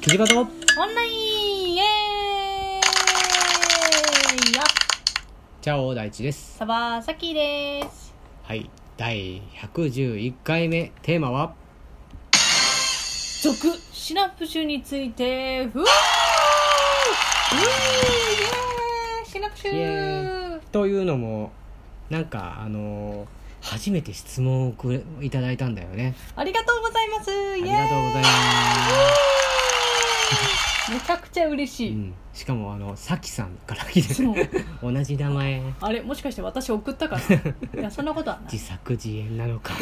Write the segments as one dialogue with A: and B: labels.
A: キジカと
B: オンラインイエーイやっ
A: チャオ大地です
B: サバサキです
A: はい第111回目テーマは
B: 続シナプシュについてふうーうーイエーイシナプシ
A: イエー
B: ュ
A: というのもなんかあのー初めて質問をくれいただいたんだよね
B: ありがとうございますイエー
A: あ
B: イ
A: りがとうございま
B: めちゃくちゃ嬉し
A: す、う
B: い、
A: ん、しかもあのさきさんから来て
B: そう
A: る同じ名前
B: あれもしかして私送ったから いやそんなことはない
A: 自作自演なのか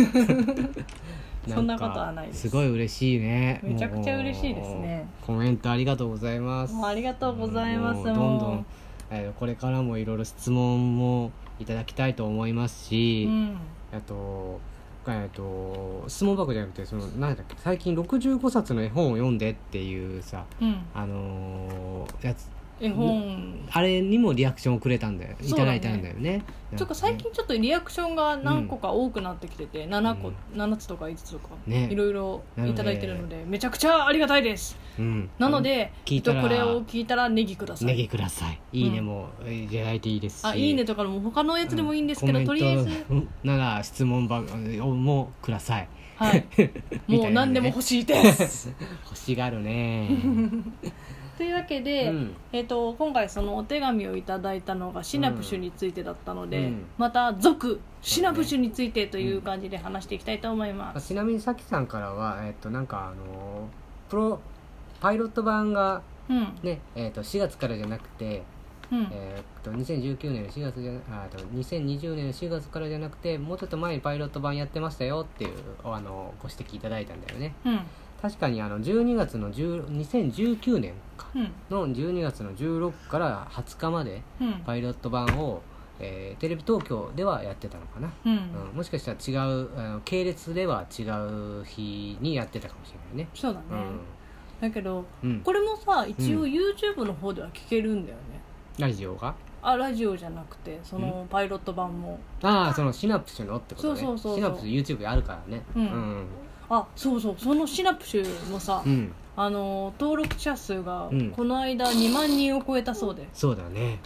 B: そんなことはないで
A: す
B: す
A: ごい嬉しいね
B: めちゃくちゃ嬉しいですね
A: もうコメントありがとうございます
B: もうありがとうございます
A: もうどんどん、えーこれからもいろいろ質問もいただきたいと思います
B: う
A: し、
B: ん
A: あとえっと質問箱じゃなくてそのなんだっけ最近65冊の絵本を読んでっていうさ
B: うん
A: あのーやつ
B: 絵本
A: あれにもリアクションをくれたんだよい
B: そうだね
A: ただいたんだよね
B: ちょっ
A: な
B: と
A: ん
B: 最
A: かね
B: 近ちょっとリアクションが何個か多くなってきてて、7個、7つとか5つとか、
A: ね
B: いろいろいただいてるのでめちゃくちゃありがたいです
A: うん
B: なので、
A: 聞いたら
B: えっとこれを聞いたらネギください
A: ネギください。いいねもえーいただいていいですし。
B: あいいねとかも他のやつでもいいんですけど、
A: うん
B: とりあえず、
A: コメントなら質問ば もください。
B: はい、
A: み
B: も
A: た
B: う
A: いなね
B: 何でも欲しいです
A: 欲しがる ね。
B: というわけで、
A: うん
B: えっと今回そのお手紙をいただいたのがシナプシュについてだったので、
A: うん
B: また続シナプシュについてという感じで話していきたいと思います、
A: ちなみにさきさんからはえっとなんかあのプロパイロット版が
B: うん
A: ねえっと4月からじゃなくて
B: うん
A: えっと2019年4月じゃあえっと2020年4月からじゃなくてもうちょっと前にパイロット版やってましたよっていうあのご指摘いただいたんだよね。
B: うん
A: 確かにあの12月の10 2019年か。
B: うん
A: の12月の16から20日まで
B: うん
A: パイロット版を、えーテレビ東京ではやってたのかな、
B: うん
A: うんもしかしたら違うあの系列では違う日にやってたかもしれないね
B: そうだね、だけど
A: うん、うん、
B: これもさ一応
A: う
B: YouTube の方では聞けるんだよね、
A: ラジオが
B: あラジオじゃなくてそのパイロット版も
A: ああそのシナプシュのってことね
B: そうそうそうそう
A: シナプシュ YouTube であるからね
B: うんあそうそうそのシナプシュもさ、
A: うん、うん
B: あの登録者数が
A: うん
B: この間2万人を超えたそうで、
A: そうだね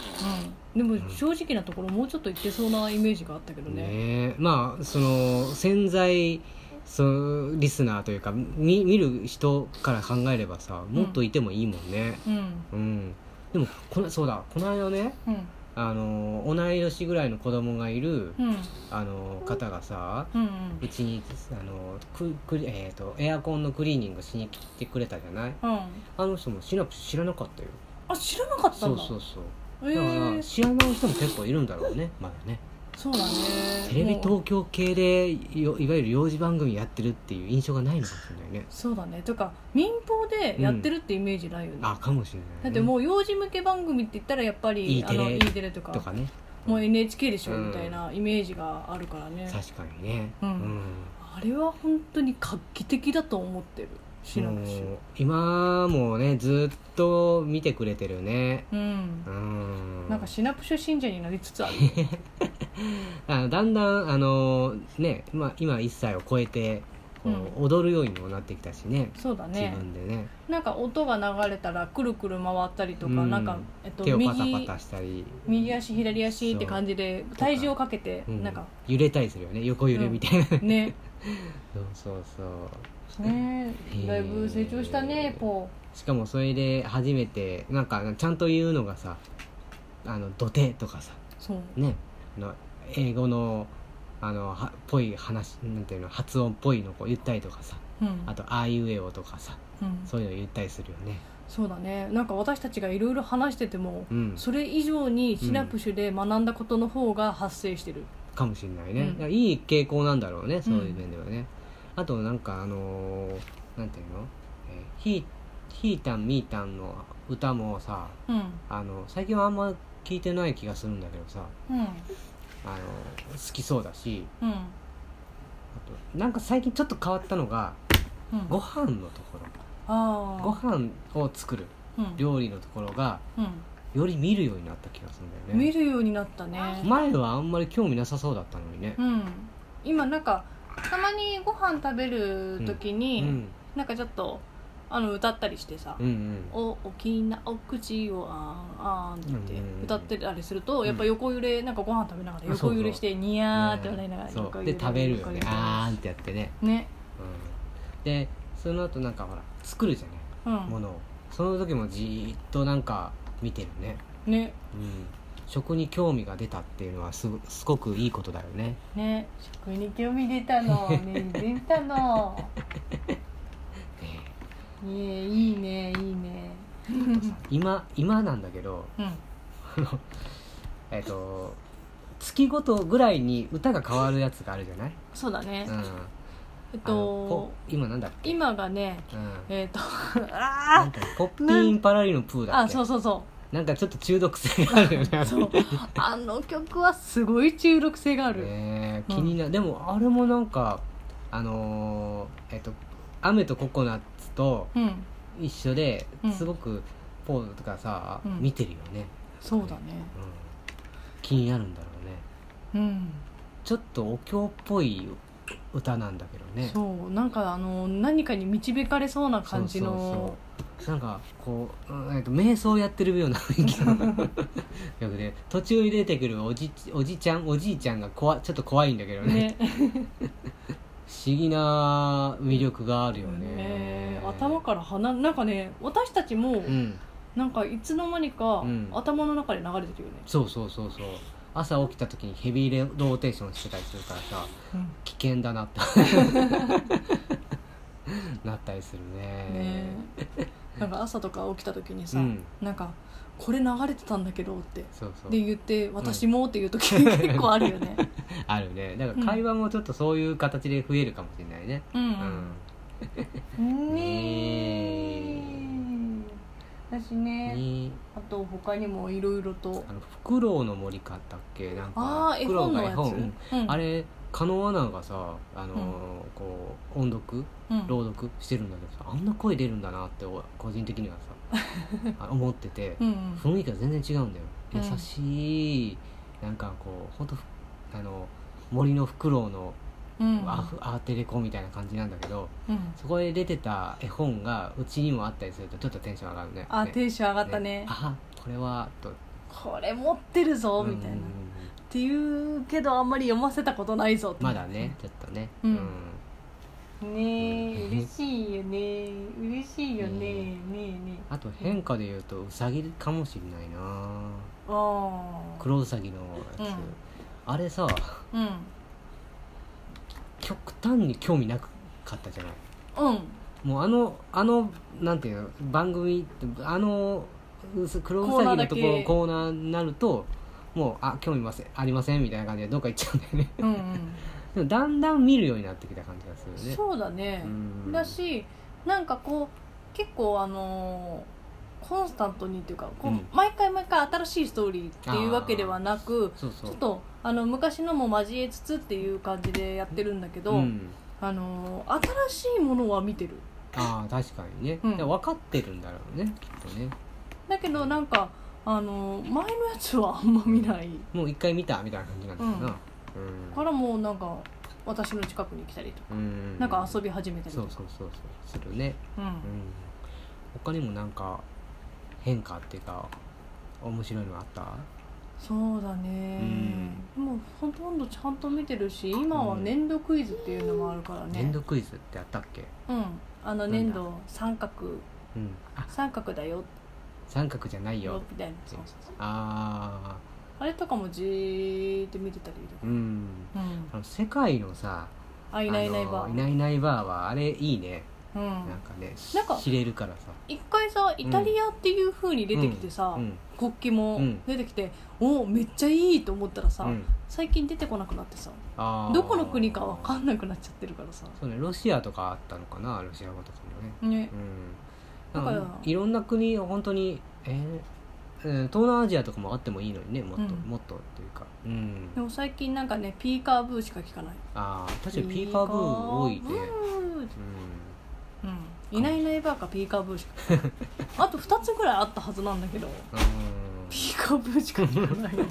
B: うんでも正直なところもうちょっといってそうなイメージがあったけどね
A: ねえまあその潜在そのリスナーというか見見る人から考えればさもっといてもいいもんね
B: うん
A: うん、でもこのそうだこの間ね
B: うん
A: あの同い年ぐらいの子供がいる
B: うん
A: あの方がさ
B: うん
A: うちにあのくくり、えー、とエアコンのクリーニングしに来てくれたじゃない
B: うん
A: あの人もシナプス知らなかったよ
B: あ知らなかった
A: そ
B: ん
A: う
B: だ
A: そうそう
B: え
A: だか
B: ー
A: ら知らない人も結構いるんだろうねまだね
B: そうだね
A: テレビ
B: もう
A: 東京系でよいわゆる幼児番組やってるっていう印象がないのかもしれないね
B: そうだねとか民放でやってるってイメージないよね、
A: あかもしれない、ね、
B: だってもう幼児向け番組って言ったらやっぱり
A: E
B: あの
A: テレ
B: E テレとか
A: とかね
B: もう NHK でしょ、
A: うん
B: みたいなイメージがあるからね
A: 確かにね
B: うんあれは本当に画期的だと思ってるシナプシュ
A: もう今もねずっと見てくれてるね
B: うん
A: う、ん
B: なんかシナプシュ信者になりつつあ る
A: あのだんだんあのね、まあ、今1歳を超えてこう、踊るようにもなってきたしね
B: そうだ
A: 自
B: ね
A: 分でね
B: なんか音が流れたらくるくる回ったりとか、
A: うん
B: なんか、えっと、
A: 手を
B: 右
A: パタパタしたり
B: 右足左足って感じで
A: う
B: 体重をかけて、
A: うん
B: なんか
A: 揺れたりするよね横揺れみたいな、
B: ね
A: そうそうそう
B: ねだいぶ成長したね
A: へー
B: ポ
A: しかもそれで初めてなんかちゃんと言うのがさ「あの土手」とかさ
B: ーそう
A: ねあの英語のあのはぽい話なんていうの発音っぽいのこう言ったりとかさ
B: うん
A: あと「あいうえお」とかさ
B: うん
A: そういうの言ったりするよね
B: そうだねなんか私たちがいろいろ話してても、
A: うん
B: それ以上にシナプシュで学んだことの方が発生してる、
A: かもしれないね、
B: うん
A: だからいい傾向なんだろうねそういう面ではね、あとなんかあのーなんていうの、えーひひーたんみーたんの歌もさ
B: うん
A: あの最近はあんま聞いてない気がするんだけどさ
B: うん
A: あの好きそうだし
B: うん
A: あとなんか最近ちょっと変わったのが
B: うん
A: ご飯のとこ
B: あ
A: ろ
B: あ
A: ご飯を作る
B: うん
A: 料理のところが
B: う
A: より見るようになった気がするんだよ
B: ん、見
A: ね
B: るようになったね
A: 前はあんまり興味なさそうだったのにね
B: うん今なんかたまにご飯食べる時に、
A: うん
B: なんかちょっとあの歌ったりしてさ
A: うんうん
B: 「お大きなお口をあんあん」って
A: うん
B: 歌ってたりすると、
A: うん
B: やっぱ横揺れなんかご飯食べながら
A: あそうそう
B: 横揺れしてニヤーって笑いながら
A: そ
B: 横
A: う
B: 揺れ
A: で食べるよ
B: 横揺
A: ね
B: れ
A: あーんってやってね、
B: ね
A: うん、でその後なんかほら作るじゃない
B: うん
A: ものをその時もじーっとなんか見てるね、
B: ね
A: うん、食に興味が出たっていうのはすごすごくいいことだよね
B: ね食に興味出たのね出たのねえいいねいいね
A: あとさ今今なんだけど
B: うん
A: えっ、と月ごとぐらいに歌が変わるやつがあるじゃない、
B: そうだね
A: うん、
B: えっ
A: あのポ
B: と
A: 今なんだっけ、
B: 今がね
A: うん、
B: え っと
A: な
B: あ
A: んかポッピーンパラリのプー
B: ー
A: だ
B: あ
A: っけ
B: そうそうそう
A: なんかちょっと中毒性があるよね
B: そうあの曲はすごい中毒性がある、
A: ねえ
B: うん
A: 気になる、でもあれもなんかあのーえっと「雨とココナッツ」と
B: うん
A: 一緒で、
B: うん
A: すごくポーズとかさ、
B: うん
A: 見てるよね、
B: そうだね
A: うん、気になるんだろうね
B: うん
A: ちょっとお経っぽい歌なんだけどね
B: そうなんかあの何かに導かれそうな感じの
A: そうそうそうなんかこう、うんえっと、瞑想やってるような雰囲気 の曲で途中に出てくるおじおじちゃんおじいちゃんが怖いちょっと怖いんだけどね
B: ね
A: 不思議な魅力があるよね、
B: ね頭から鼻なんかね私たちも
A: うん
B: なんかいつの間にか
A: うん
B: 頭の中で流れてるよね、
A: そうそうそうそう朝起きた時にヘビーローテーションしてたりするからさ危険だなって なったりするね
B: ねなんか朝とか起きた時に
A: う
B: さ、
A: ん
B: なんか「これ流れてたんだけど」って
A: そうそう
B: で言って「私も」っていう時 結構あるよ ね
A: あるねだから会話もちょっとそういう形で増えるかもしれないね
B: う
A: うん、
B: ん、うん、
A: ね
B: 私ね
A: に
B: あと他にもいろいろと
A: あのフクロウの森買ったっけなん
B: あ
A: か
B: あ
A: フ
B: 絵
A: クロウ
B: 本
A: が
B: のやつ、うん、
A: あ
B: れ、
A: れ加納アナがさあのーこう音読
B: うん、
A: 朗読してるんだけどさあんな声出るんだなってお個人的にはさ あ思ってて
B: うんうん
A: 雰囲気が全然違うんだよ
B: うん
A: 優しい、なんかこうほんとふあの森のフクロウの
B: うん
A: アフアーテレコみたいな感じなんだけど
B: うん、
A: そこで出てた絵本がうちにもあったりするとちょっとテンション上がるね
B: あ
A: ね
B: テンション上がったね
A: あこれはと
B: これ持ってるぞみたい
A: うん
B: な、
A: うんうん
B: っていうけどあんまり読ませたことないぞって
A: まだねちょっとね
B: うん
A: うん
B: ねえ
A: うん
B: 嬉しいよね嬉しいよね
A: ね
B: ねえねえ
A: あと変化で言うとウサギかもしれないな
B: ああ
A: 黒ウサギのやつ、
B: うん
A: あれさ
B: うん
A: 極端に興味なかったじゃない
B: うん
A: もうあのあのなんていうの番組あのうす黒ウサギのところコ
B: コ
A: ーナーになるともうあ興味ませんありませんみたいな感じでどっか行っちゃうんだよね
B: うん、うん
A: でもだんだん見るようになってきた感じがするね
B: そうだね、
A: うん
B: だしなんかこう結構あのーコンスタントにっていうかこう、
A: うん
B: 毎回毎回新しいストーリーっていうわけではなく
A: そうそ
B: ちょ
A: う
B: っとあの昔のも交えつつっていう感じでやってるんだけど、
A: うん、
B: あのー新しいものは見てる
A: ああ確かにね、
B: うん
A: で分かってるんだろうねきっとね
B: だけどなんかあのー前のやつはあんま見ない
A: もう一回見たみたいな感じなんだよな、うん
B: からもうなんか私の近くに来たりとか、
A: うん
B: なんか遊び始めたりと
A: そう
B: か
A: そうそうそうするね、
B: う
A: うん
B: ん、
A: 他にもなんか変化っていうか面白いのあった
B: そうだね、もうほとんどちゃんと見てるし今は粘土クイズっていうのもあるからね、
A: 粘土クイズってあったっけ
B: うん、あの粘土三角
A: うんあ
B: 三角だよ
A: 三角じゃないよ
B: よみたいなそうそうそう
A: あ
B: あれとかもじーって見てたりと
A: ーう
B: か、
A: ん
B: うん、
A: あの世界のさ
B: あいないいないば
A: あのいないいないバーはあれいいね、
B: うん
A: なんかね
B: なんか
A: 知れるからさ
B: 一回さイタリアっていう風に出てきてさ、
A: うん
B: 国旗も
A: うん
B: 出てきて、おおめっちゃいいと思ったらさ、
A: うん
B: 最近出てこなくなってさ
A: あー
B: どこの国かわかんなくなっちゃってるからさ
A: そうねロシアとかあったのかなロシア語とかもね
B: ね
A: う
B: だ
A: ん、
B: から
A: なんかいろんな国本当にえーえー東南アジアとかもあってもいいのにねもっと、
B: うん
A: もっとっていうか、うん
B: で、も最近なんかねピーカーブーしか聞かない
A: あー確かにピーカーブー多いね
B: ピーカーブー
A: う
B: うん、いないいないばーかピーカーブ ーしかあと2つぐらいあったはずなんだけど
A: んうん
B: ピーカーブーしか聞かないよ、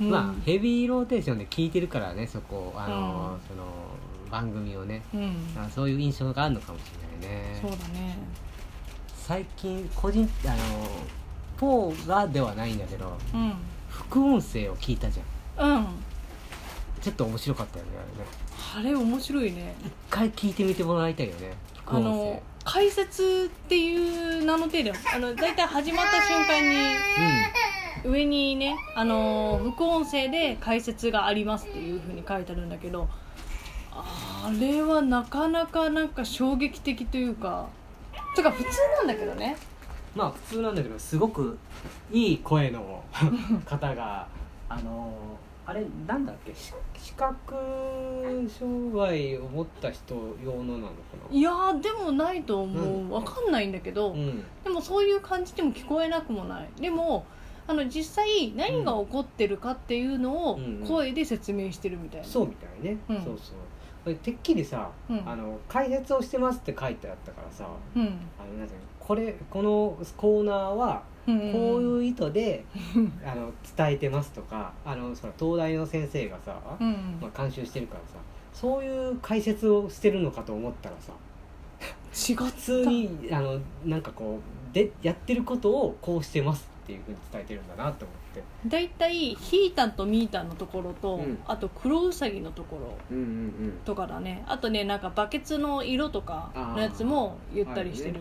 B: う ん
A: まあヘビーローテーションで聞いてるからねそこあのー、
B: うん
A: その番組をね
B: うん
A: あそういう印象があるのかもしれないね
B: そうだね
A: 最近個人あのポーがではないんだけど
B: うん
A: 副音声を聞いたじゃん
B: うん
A: ちょっと面白かったよねあれね
B: あれ面白いね
A: 一回聞いてみてもらいたいよね副
B: あ
A: 音
B: の解説っていう名の程度あの大体始まった瞬間に
A: 声
B: 上にねあのー副音声で解説がありますっていうふうに書いてあるんだけどあれはなかなかなんか衝撃的というかとか普通なんだけどね
A: うんまあ普通なんだけどすごくいい声の 方があのあれなんだっけし視覚障害を持った人用のなのか
B: いやーでもないと思
A: うん
B: うわかんないんだけど、
A: なうん
B: でもそういう感じでも聞こえなくもないでもあの実際何が起こってるかっていうのを
A: うん
B: 声で説明してるみたいな、
A: そうみたいね、
B: うん
A: そうそうこれてっきりさ、
B: うん
A: あの解説をしてますって書いてあったからさ
B: うん
A: あのなんていうのこれこのコーナーは
B: うんうん
A: こういう意図 で、あの伝えてますとかあのその東大の先生がさ、
B: うんうん
A: まあ、監修してるからさそういう解説をしてるのかと思ったらさ
B: 違った
A: 普通にあのなんかこうでやってることをこうしてますっていうふうに伝えてるんだなと思って。
B: だいたいヒータンとミータンのところと、
A: うん
B: あと黒ウサギのところ
A: うんうんうん
B: とかだねあとねなんかバケツの色とかのやつも言ったりしてる、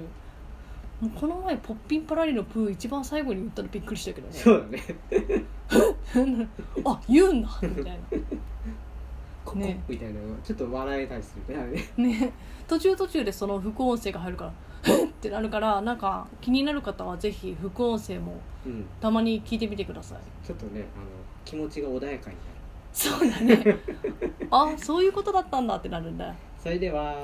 B: もうこの前ポッピンパラリのプー一番最後に言ったのびっくりしたけどね
A: そうだね
B: あ言うんだみたいな
A: ここ
B: ね
A: みたいなのがちょっと笑えたりするねあれね
B: ね途中途中でその副音声が入るから ってなるからなんか気になる方はぜひ副音声も
A: うん
B: たまに聞いてみてください
A: ちょっとねあの気持ちが穏やかになる
B: そうだねあそういうことだったんだってなるんだ
A: それでは